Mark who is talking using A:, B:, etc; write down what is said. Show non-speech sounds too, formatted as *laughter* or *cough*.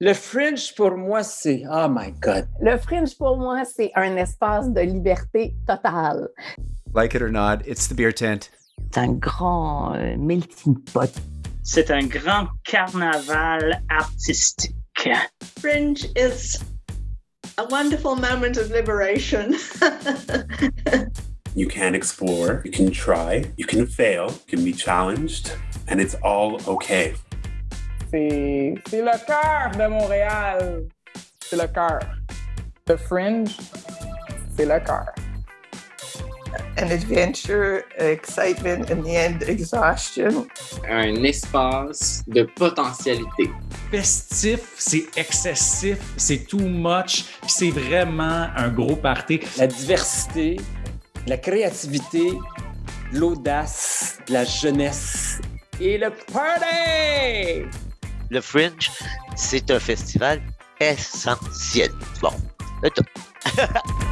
A: Le fringe, pour moi, c'est... Oh my God.
B: Le fringe, pour moi, c'est un espace de liberté totale.
C: Like it or not, it's the beer tent.
D: C'est un grand euh, melting pot.
E: C'est un grand carnaval artistique.
F: Fringe is a wonderful moment of liberation. *laughs*
G: you can explore, you can try, you can fail, you can be challenged, and it's all okay.
H: C'est le cœur de Montréal. C'est le cœur. The Fringe, c'est le cœur.
I: An adventure, excitement, and the end, exhaustion.
J: Un espace de potentialité.
K: Festif, c'est excessif, c'est too much, c'est vraiment un gros party.
A: La diversité, la créativité, l'audace, la jeunesse et le party!
L: Le Fringe, c'est un festival essentiel. Bon, le top.